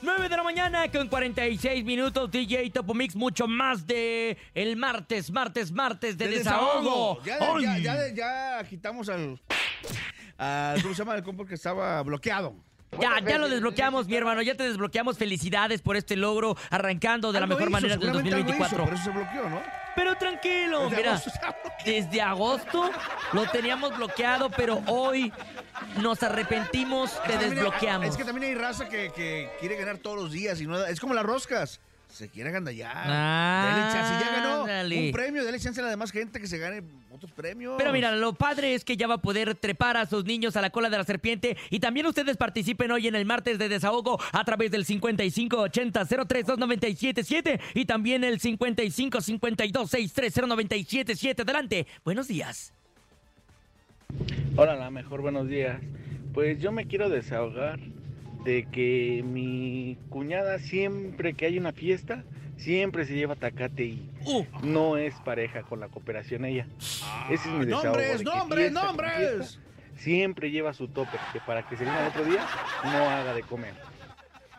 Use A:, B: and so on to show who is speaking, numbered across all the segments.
A: 9 de la mañana con 46 minutos, DJ Topo Mix, mucho más de el martes, martes, martes de,
B: De
A: desahogo.
B: Ya, de- ya,
A: Hoy.
B: ya de- ya quitamos al, al. ¿Cómo se llama el compa que estaba bloqueado?
A: Ya, ya lo desbloqueamos, mi hermano, ya te desbloqueamos. Felicidades por este logro, arrancando de la
B: Algo
A: mejor
B: Ah, hizo,
A: manera del
B: seguramente algo hizo,
A: 2024.
B: Por eso se bloqueó, ¿no?
A: Pero tranquilo,
B: Desde
A: mira,
B: agosto se bloqueó.
A: desde agosto lo teníamos bloqueado, pero hoy nos arrepentimos, te
B: Es que también hay-
A: desbloqueamos.
B: Ah, Es que también hay raza que, que quiere ganar todos los días y no es como las roscas. Se quiere agandallar.
A: Ah,
B: Dale chance. Si ya ganó
A: ándale.
B: un premio, dale chance a la demás gente que se gane otros premios.
A: Pero mira, lo padre es que ya va a poder trepar a sus niños a la cola de la serpiente y también ustedes participen hoy en el martes de desahogo a través del 5580-032977 y también el 5552630977. Adelante, buenos días.
C: Hola, la mejor, buenos días. Pues yo me quiero desahogar de que mi cuñada siempre que hay una fiesta, siempre se lleva tacate y
A: Uh,
C: no es pareja con la cooperación ella. Ese es mi desahogo.
B: Ah, nombres,
C: de que
B: nombres,
C: fiesta con
B: nombres.
C: fiesta, Siempre lleva su tope, que para que se venga el otro día no haga de comer.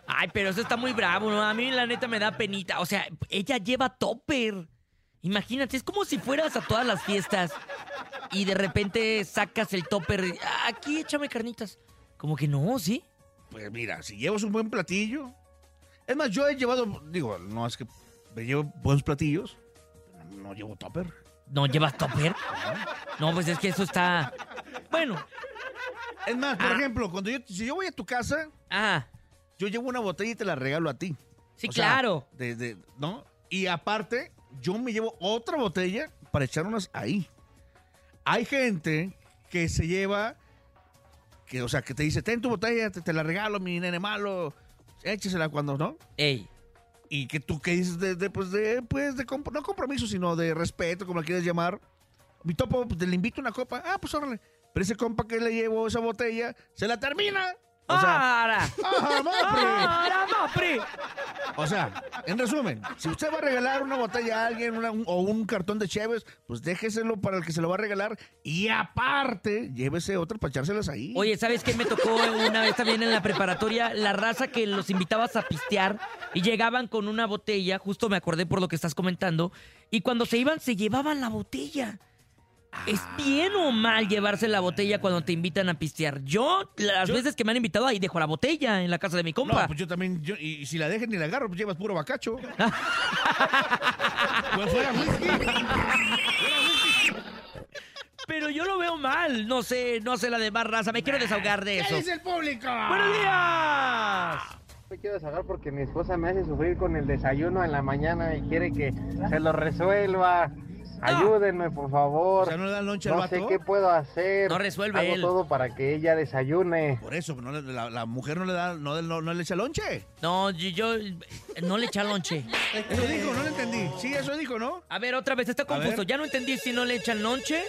A: ay, pero eso está muy bravo, ¿no? A mí la neta me da penita. O sea, ella lleva topper. Imagínate, es como si fueras a todas las fiestas y de repente sacas el topper. y, "Ah, Aquí échame carnitas. Como que no, ¿sí?
B: Pues mira, si llevas un buen platillo. Es más, yo he llevado, digo, no es que me llevo buenos platillos, pero no llevo topper.
A: ¿No llevas topper? No, pues es que eso está. Bueno,
B: Es más, por
A: Ah.
B: ejemplo, cuando yo, si yo voy a tu casa,
A: ah,
B: yo llevo una botella y te la regalo a ti.
A: sí,
B: O sea,
A: claro.
B: de- de- ¿no? Y aparte, yo me llevo otra botella para echar unas ahí. Hay gente que se lleva, que, o sea, que te dice, ten tu botella, te, te la regalo, mi nene malo, échesela cuando, ¿no?
A: Ey,
B: Y que tú que dices de, de, pues, de, pues, de comp- no compromiso, sino de respeto, como la quieras llamar. Mi topo, pues, le invito una copa. Ah, pues órale. Pero ese compa que le llevo esa botella, se la termina. O sea,
A: ¡Ahora!
B: ¡ah, mapre!
A: ¡Ahora, Mapri!
B: O sea, en resumen, si usted va a regalar una botella a alguien una- un- o un cartón de cheves, pues déjeselo para el que se lo va a regalar y aparte llévese otra para echárselas ahí.
A: Oye, ¿sabes qué me tocó una vez también en la preparatoria? La raza que los invitabas a pistear y llegaban con una botella, justo me acordé por lo que estás comentando, y cuando se iban se llevaban la botella. ¿Es bien o mal llevarse la botella cuando te invitan a pistear? Yo, las veces que me han invitado, ahí dejo la botella en la casa de mi
B: no,
A: compa.
B: pues yo también, yo- y, y si la dejen ni la agarro, pues llevas puro bacacho. pues fuera whisky.
A: Pero yo lo veo mal. No sé, no sé la demás raza. Me quiero desahogar de eso.
B: el público?
A: ¡Buenos días!
D: Me quiero desahogar porque mi esposa me hace sufrir con el desayuno en la mañana y quiere que se lo resuelva. Ayúdenme, por
B: O
D: favor.
B: sea, no le dan lonche al
D: No sé
B: vato.
D: qué puedo hacer.
A: No resuelve
D: Hago
A: él.
D: todo para que ella desayune.
B: Por eso, no le- la, la mujer no le da, no, no- no le echa lonche.
A: No, yo, yo- no le echa lonche.
B: Eso dijo, no lo entendí. Sí, eso dijo, ¿no?
A: A ver, otra vez, está confuso.
B: ver.
A: Ya no entendí si no le echan lonche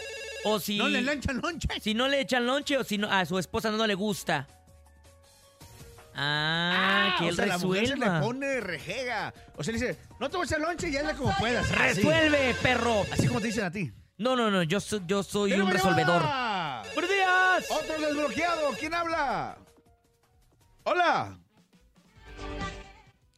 A: o si.
B: No le lancha lonche.
A: Si no le echan lonche o si no, a su esposa no le gusta. Ah, que
B: o
A: él
B: sea, la mujer se le
A: resuelva.
B: pone rejega. O sea, le dice, no te voy a echar lonche y hazla como puedas. Así.
A: ¡Resuelve, perro!
B: Así como te dicen a ti.
A: No, no, no, yo, so- yo soy un
B: ¡Tenemos
A: resolvedor.
B: llamada!
A: ¡Buenos días!
B: Otro desbloqueado. ¿Quién habla? Hola.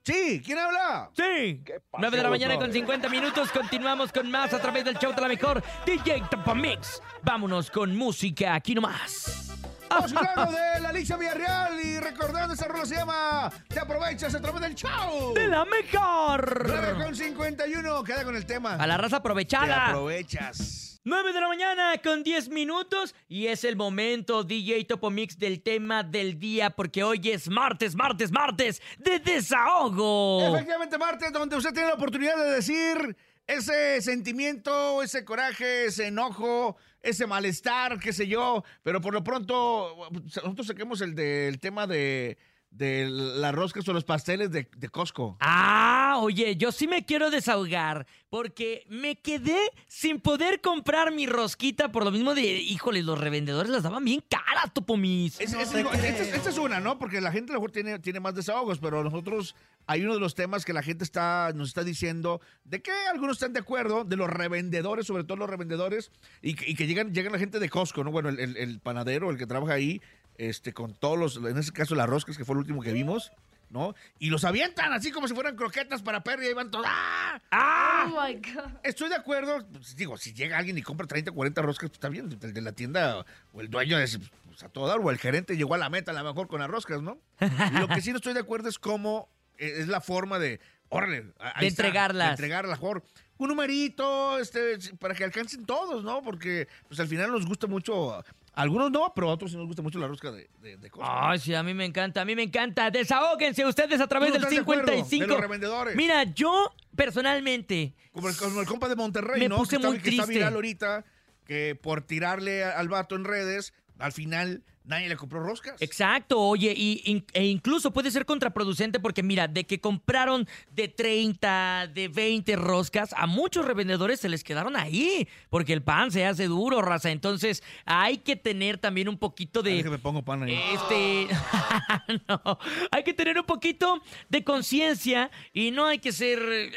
B: Sí, ¿quién habla?
A: Sí. 9 de la mañana con 50 minutos. Continuamos con más a través del show de la mejor DJ Topamix. Vámonos con música aquí nomás.
B: Vamos hablando de la Alicia Villarreal y recordando esa rola se llama Te aprovechas a través del show.
A: De la mejor.
B: 9 con 51, queda con el tema.
A: A la raza
B: Te
A: aprovechada.
B: aprovechas.
A: 9 de la mañana con 10 minutos y es el momento DJ Topomix del tema del día porque hoy es martes, martes, martes de desahogo.
B: Efectivamente, martes, donde usted tiene la oportunidad de decir ese sentimiento, ese coraje, ese enojo, ese malestar, qué sé yo. Pero por lo pronto, nosotros saquemos el del tema de, de las roscas o los pasteles de, de Costco.
A: Ah, oye, yo sí me quiero desahogar porque me quedé sin poder comprar mi rosquita por lo mismo de, híjole, los revendedores las daban bien caras, Topomis.
B: Es- es- digo, esta, es- esta es una, ¿no? Porque la gente a lo mejor tiene, tiene más desahogos, pero nosotros hay uno de los temas que la gente está, nos está diciendo de que algunos están de acuerdo, de los revendedores, sobre todo los revendedores, y que, y que llegan, llegan la gente de Costco, ¿no? Bueno, el, el- el panadero, el que trabaja ahí, este, con todos los, en ese caso las roscas, que fue el último que vimos, ¿no? Y los avientan así como si fueran croquetas para perro y ahí van todos. ¡Ah!
A: ¡Ah!
E: Oh my God.
B: Estoy de acuerdo. pues, digo, si llega alguien y compra 30, 40 roscas, pues está bien. El de la tienda o el dueño es pues, a todo dar, o el gerente llegó a la meta a lo mejor con las roscas, ¿no? Y lo que sí no estoy de acuerdo es cómo eh, es la forma de. Órale, a- ahí
A: De
B: está,
A: entregarlas.
B: De entregarlas, mejor. Un numerito, este, para que alcancen todos, ¿no? Porque pues al final nos gusta mucho. a Algunos no, pero a otros sí nos gusta mucho la rosca de, de, de cosas.
A: Ay, sí, a mí me encanta, a mí me encanta. Desahóguense ustedes a través
B: ¿Tú
A: del
B: no estás de acuerdo? De
A: 55.
B: los revendedores.
A: Mira, yo personalmente,
B: Como el, como el compa de Monterrey,
A: Me
B: ¿no?
A: puse
B: que está,
A: muy
B: que está
A: triste.
B: viral ahorita, que por tirarle a- al vato en redes, al final nadie le compró roscas.
A: Exacto, oye, y, in- e incluso puede ser contraproducente porque mira, de que compraron de 30, de 20 roscas, a muchos revendedores se les quedaron ahí, porque el pan se hace duro, raza. Entonces hay que tener también un poquito
B: A ver
A: de...
B: que me pongo pan ahí.
A: Este, no, hay que tener un poquito de conciencia y no hay que ser eh,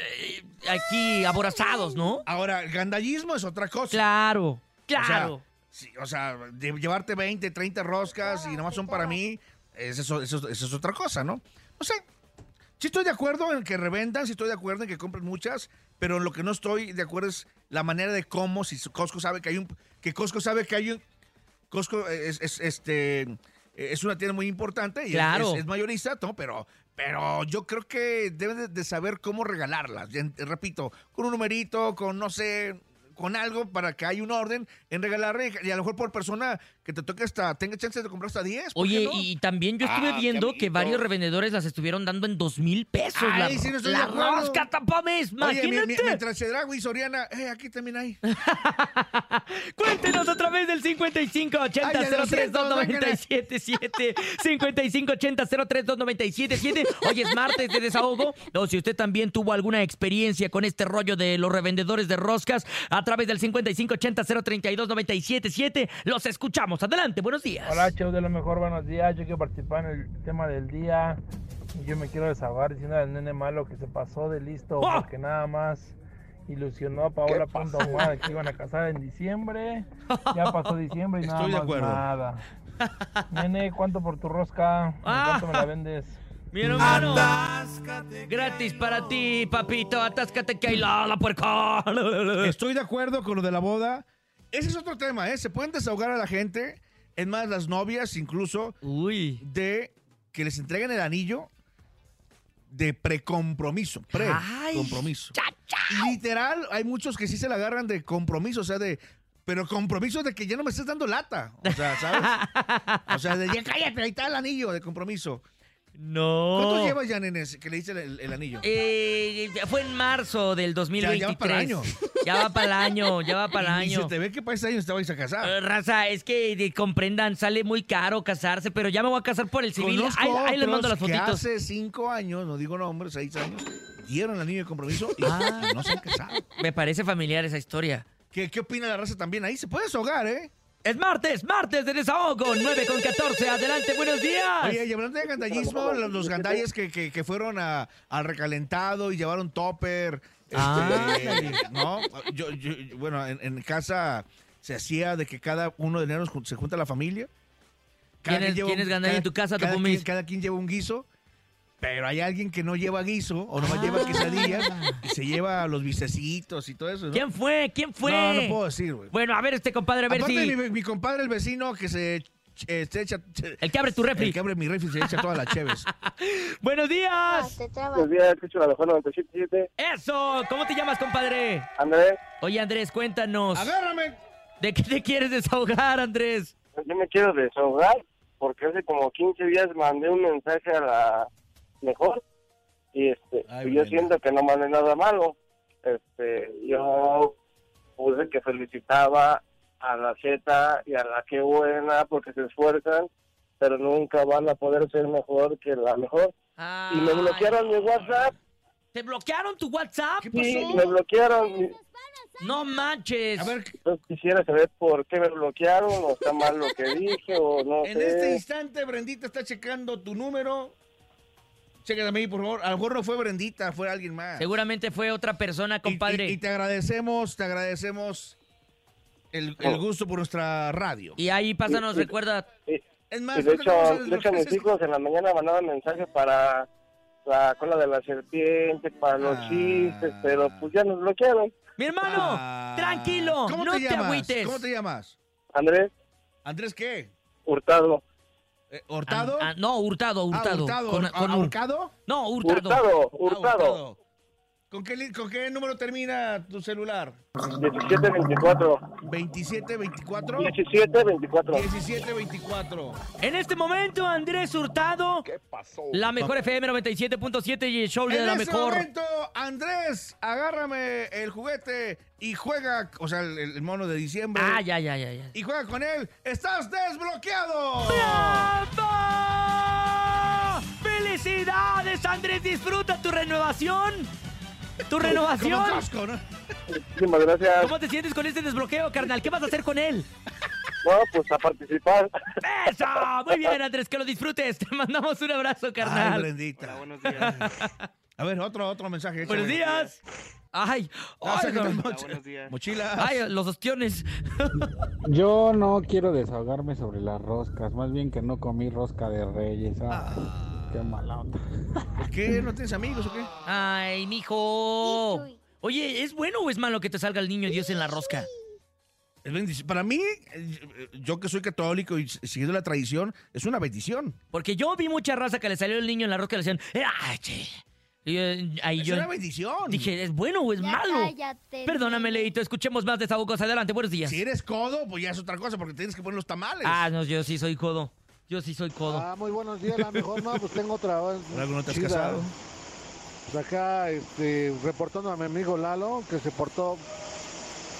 A: aquí aborazados, ¿no?
B: Ahora, el gandallismo es otra cosa.
A: Claro,
B: O sea,
A: claro.
B: sí, O sea, de llevarte 20, 30 roscas y nomás son para mí, es eso, eso- eso es otra cosa, ¿no? O sea, sí estoy de acuerdo en que revendan, sí estoy de acuerdo en que compren muchas, pero lo que no estoy de acuerdo es la manera de cómo, si su- Costco sabe que hay un... Que Costco sabe que hay un... Costco es, es- este... eh, Es una tienda muy importante y es-
A: Claro.
B: es, es mayorista, ¿no? Pero, pero yo creo que deben de, de saber cómo regalarlas. Ya, eh, Repito, con un numerito, con no sé, con algo para que haya un orden en regalarle y a lo mejor por persona que te toque hasta, tenga chance de comprar hasta 10. ¿por qué
A: Oye,
B: no?
A: y también yo estuve
C: Ah, qué
A: viendo que
C: amiguitos.
A: varios revendedores las estuvieron dando en dos mil pesos. la
B: Ay, sí, no estoy
A: la
B: de acuerdo.
A: rosca tapames,
B: Oye, mi- mi-
A: imagínate.
B: mientras Chedrago y Soriana, eh, aquí también hay.
A: Cuéntenos a través del 5580
B: Ay, de
A: 03 297 5580 03 297 Hoy es martes de desahogo. O si usted también tuvo alguna experiencia con este rollo de los revendedores de roscas, a través del 5580 032 977 los escuchamos. Adelante, buenos días.
F: Hola, show de lo mejor, buenos días. Yo quiero participar en el tema del día. Yo me quiero desahogar diciendo al nene malo que se pasó de listo
A: ¡Ah!
F: porque nada más ilusionó a Paola Punto Juan que iban a casar en diciembre. Ya pasó diciembre y nada
B: Estoy de
F: más
B: acuerdo.
F: nada. Nene, ¿cuánto por tu rosca? ¿En
B: ¡Ah!
F: ¿Cuánto me la vendes?
A: Mi hermano. Gratis para ti, papito. Atáscate que hay la, la puerca.
B: Estoy de acuerdo con lo de la boda. Ese es otro tema, ¿eh? Se pueden desahogar a la gente, es más, las novias incluso,
A: Uy.
B: de que les entreguen el anillo de precompromiso, precompromiso. Y Literal, hay muchos que sí se la agarran de compromiso, o sea, de pero compromiso de que ya no me estés dando lata, o sea, ¿sabes? O sea, de ya cállate, ahí está el anillo de compromiso.
A: No.
B: ¿Cuánto llevas ya, nenes, que le diste el, el anillo?
A: Oh. Eh, fue en marzo del 2023.
B: Ya- ya va para el año.
A: Ya va para el año, ya va para el
B: Y
A: año.
B: se te ve que para ese año estabais a casar.
A: Eh, Raza, es que eh, comprendan, sale muy caro casarse, pero ya me voy a casar por el civil.
B: Conozco
A: Ahí, ahí les
B: otros
A: mando las
B: que
A: fotitos.
B: hace cinco años, no digo nombres, seis años, dieron el anillo de compromiso y,
A: Ah.
B: y no se han casado.
A: Me parece familiar esa historia.
B: ¿Qué, ¿Qué opina la raza también? Ahí se puede desahogar, ¿eh?
A: Es martes, martes de desahogo, 9 con 14. Adelante, buenos días.
B: Oye, y hablando
A: Este
B: de gandallismo, los, los gandalles que, que- que fueron a- al recalentado y llevaron topper. este,
A: Ándale.
B: ¿no? Yo, yo- yo- bueno, en, en casa se hacía de que cada uno de enero jun- se junta la familia.
A: ¿Quién es- quién es gandalla en tu casa,
B: cada
A: Topomis?
B: quien, cada quien lleva un guiso, pero hay alguien que no lleva guiso o
A: Ah.
B: nomás lleva quesadillas y se lleva los bicecitos y todo eso. ¿no?
A: ¿Quién fue? ¿Quién fue?
B: No, no puedo decir, güey.
A: Bueno, a ver este compadre, a ver
B: Aparte,
A: si...
B: mi, mi compadre, el vecino que se, eh, se echa.
A: El que abre tu refri.
B: El que abre mi refri se echa todas las cheves.
A: ¡Buenos días!
G: Buenos días, escucho la mejor 977.
A: ¡Eso! ¿Cómo te llamas, compadre?
G: Andrés,
A: Oye, Andrés, cuéntanos.
B: ¡Agárrame!
A: ¿De qué te quieres desahogar, Andrés?
G: yo me quiero desahogar porque hace como 15 días mandé un mensaje a la mejor y este
B: Ay,
G: y yo
B: bueno.
G: siento que no mandé nada malo. Este, yo puse que felicitaba a la Z y a la que buena porque se esfuerzan, pero nunca van a poder ser mejor que la mejor. Y me
A: Ay,
G: bloquearon mi WhatsApp,
A: ¿Te bloquearon tu WhatsApp?
B: ¿Qué
G: sí,
B: pasó?
G: me bloquearon. mi-
A: No manches.
B: A ver,
G: Entonces quisiera saber por qué me bloquearon, o está mal lo que dije, o no
B: en
G: sé.
B: este instante Brendita está checando tu número. Chequen a mí, por favor. A lo mejor no fue Brendita, fue alguien más.
A: Seguramente fue otra persona,
B: Y-
A: compadre.
B: Y,
A: Y,
B: y te agradecemos, te agradecemos el, el gusto por nuestra radio.
A: ahí pásanos,
G: Y- y-
A: recuerda.
B: Es
G: Y
B: más,
G: de
B: creo que vamos a
G: hecho, de hecho, mis
B: desbloquear-
G: hijos en la mañana mandaban mensajes para la cola de la serpiente, para los
B: Ah.
G: chistes, pero pues ya nos bloquearon.
A: Mi hermano,
B: Ah.
A: tranquilo,
B: ¿Cómo
A: no te,
B: llamas?
A: agüites.
B: ¿Cómo te llamas?
G: Andrés
B: ¿Andrés qué?
G: Hurtado.
B: Eh, ¿Hurtado?
A: Ah, ah, no, hurtado, hurtado.
B: Ah, hurtado.
A: Con-
B: Ah,
A: con U.
B: ¿ahorcado?
A: No, hurtado.
G: Hurtado,
B: Ah,
G: hurtado.
B: hurtado. ¿Con qué, li- ¿Con qué número termina tu celular?
G: 1724.
B: 2724
G: 1724.
B: 1724.
A: En este momento, Andrés Hurtado. La mejor FM 97.7 y el show de
B: En
A: la
B: ese
A: mejor.
B: momento, Andrés, agárrame el juguete y juega, o sea, el, el mono de diciembre.
A: Ah, ya, ya, ya, ya.
B: Y juega con él. ¡Estás desbloqueado!
A: ¡Bravo! ¡Felicidades, Andrés! Disfruta tu renovación. Tu
B: Como
A: renovación.
B: Costco, ¿no?
G: Muchísimas gracias.
A: ¿Cómo te sientes con este desbloqueo, carnal? ¿Qué vas a hacer con él?
G: No, pues a participar.
A: ¡Eso! Muy bien, Andrés, que lo disfrutes. Te mandamos un abrazo,
B: Ay,
A: carnal.
B: Brendita.
C: buenos días.
B: A ver, otro, otro mensaje.
A: Buenos
B: échale.
A: días. Ay,
B: Ah,
A: ay,
B: sácate
A: no.
B: moch-
C: buenos días.
B: Mochila.
A: ay, los ostiones.
D: Yo no quiero desahogarme sobre las roscas, más bien que no comí rosca de reyes. Ah, qué mala
B: ¿Por qué? ¿No tienes amigos o qué?
A: Ay, mijo. Oye, ¿es bueno o es malo que te salga el niño Dios en la rosca?
B: Es bendici- Para mí, eh, yo que soy católico y s- siguiendo la tradición, es una bendición.
A: Porque yo vi mucha raza que le salió el niño en la rosca y le decían, "Eh, ¡ay, che! Y, eh, ahí
B: es
A: yo
B: una bendición.
A: dije, ¿es bueno o es
E: Ya
A: malo?
E: cállate,
A: Perdóname, Leito, escuchemos más desahogos. Adelante, buenos días.
B: Si eres codo, pues ya es otra cosa, porque tienes que poner los tamales.
A: Ah, no, yo sí soy codo. Yo sí soy
B: Ah.
A: codo.
D: Ah, muy buenos días, la mejor no, pues tengo otra.
B: Por algo no te has
D: chida.
B: casado.
D: Pues acá, este, reportando a mi amigo Lalo, que se portó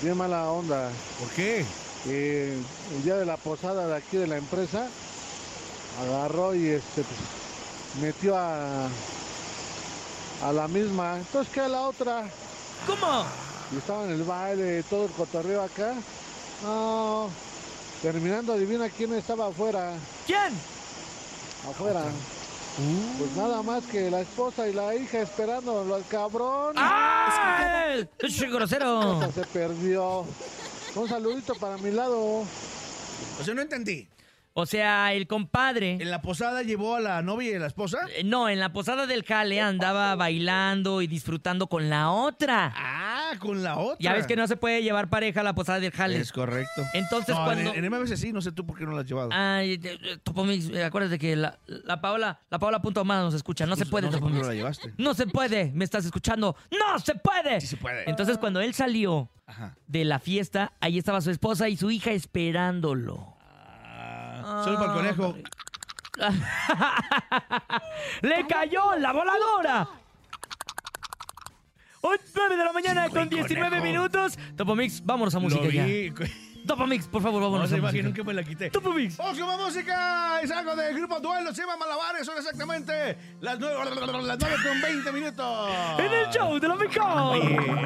D: bien mala onda.
B: ¿Por qué?
D: Eh, el día de la posada de aquí de la empresa, agarró y este, pues, metió a, a la misma. Entonces queda la otra.
A: ¿Cómo?
D: Y estaba en el baile, todo el cotorreo acá. No, terminando, adivina quién estaba afuera.
A: ¿Quién?
D: Afuera. Pues nada más que la esposa y la hija esperando al cabrón.
A: ¡Ah! ¡Ese grosero!
D: Hasta Se perdió. Un saludito para mi lado.
B: O sea, no entendí.
A: O sea, el compadre.
B: ¿En la posada llevó a la novia y a la esposa?
A: eh, No, en la posada del jale andaba bailando y disfrutando con la otra.
B: Ah, con la otra.
A: Ya ves que no se puede llevar pareja a la posada del jale.
B: Es correcto.
A: Entonces,
B: No,
A: cuando. Ah,
B: En, en MBC sí, no sé tú por qué no la has llevado.
A: Ay, de- de- Topomix, eh, acuérdate que la, la Paola, la Paola punto más nos escucha. No se puede,
B: Pues, no sé por qué
A: Topomix.
B: no la llevaste.
A: No se puede, me estás escuchando. ¡No se puede!
B: Sí se puede.
A: Entonces, cuando él salió
B: Ajá.
A: de la fiesta, ahí estaba su esposa y su hija esperándolo.
B: Ah, Solo para el conejo.
A: ¡Le cayó la voladora! Un 9 de la mañana con 19 minutos. Topomix, vámonos a música
B: Lo
A: ya.
B: vi.
A: Topomix, por favor,
B: No
A: vámonos
B: se
A: a
B: imaginan
A: música.
B: que me la quité.
A: Topomix.
B: Última música es algo del grupo Duelo, se llama Malabares, son exactamente las 9, las nueve con 20 minutos.
A: En el show de la mejor.
B: Oye.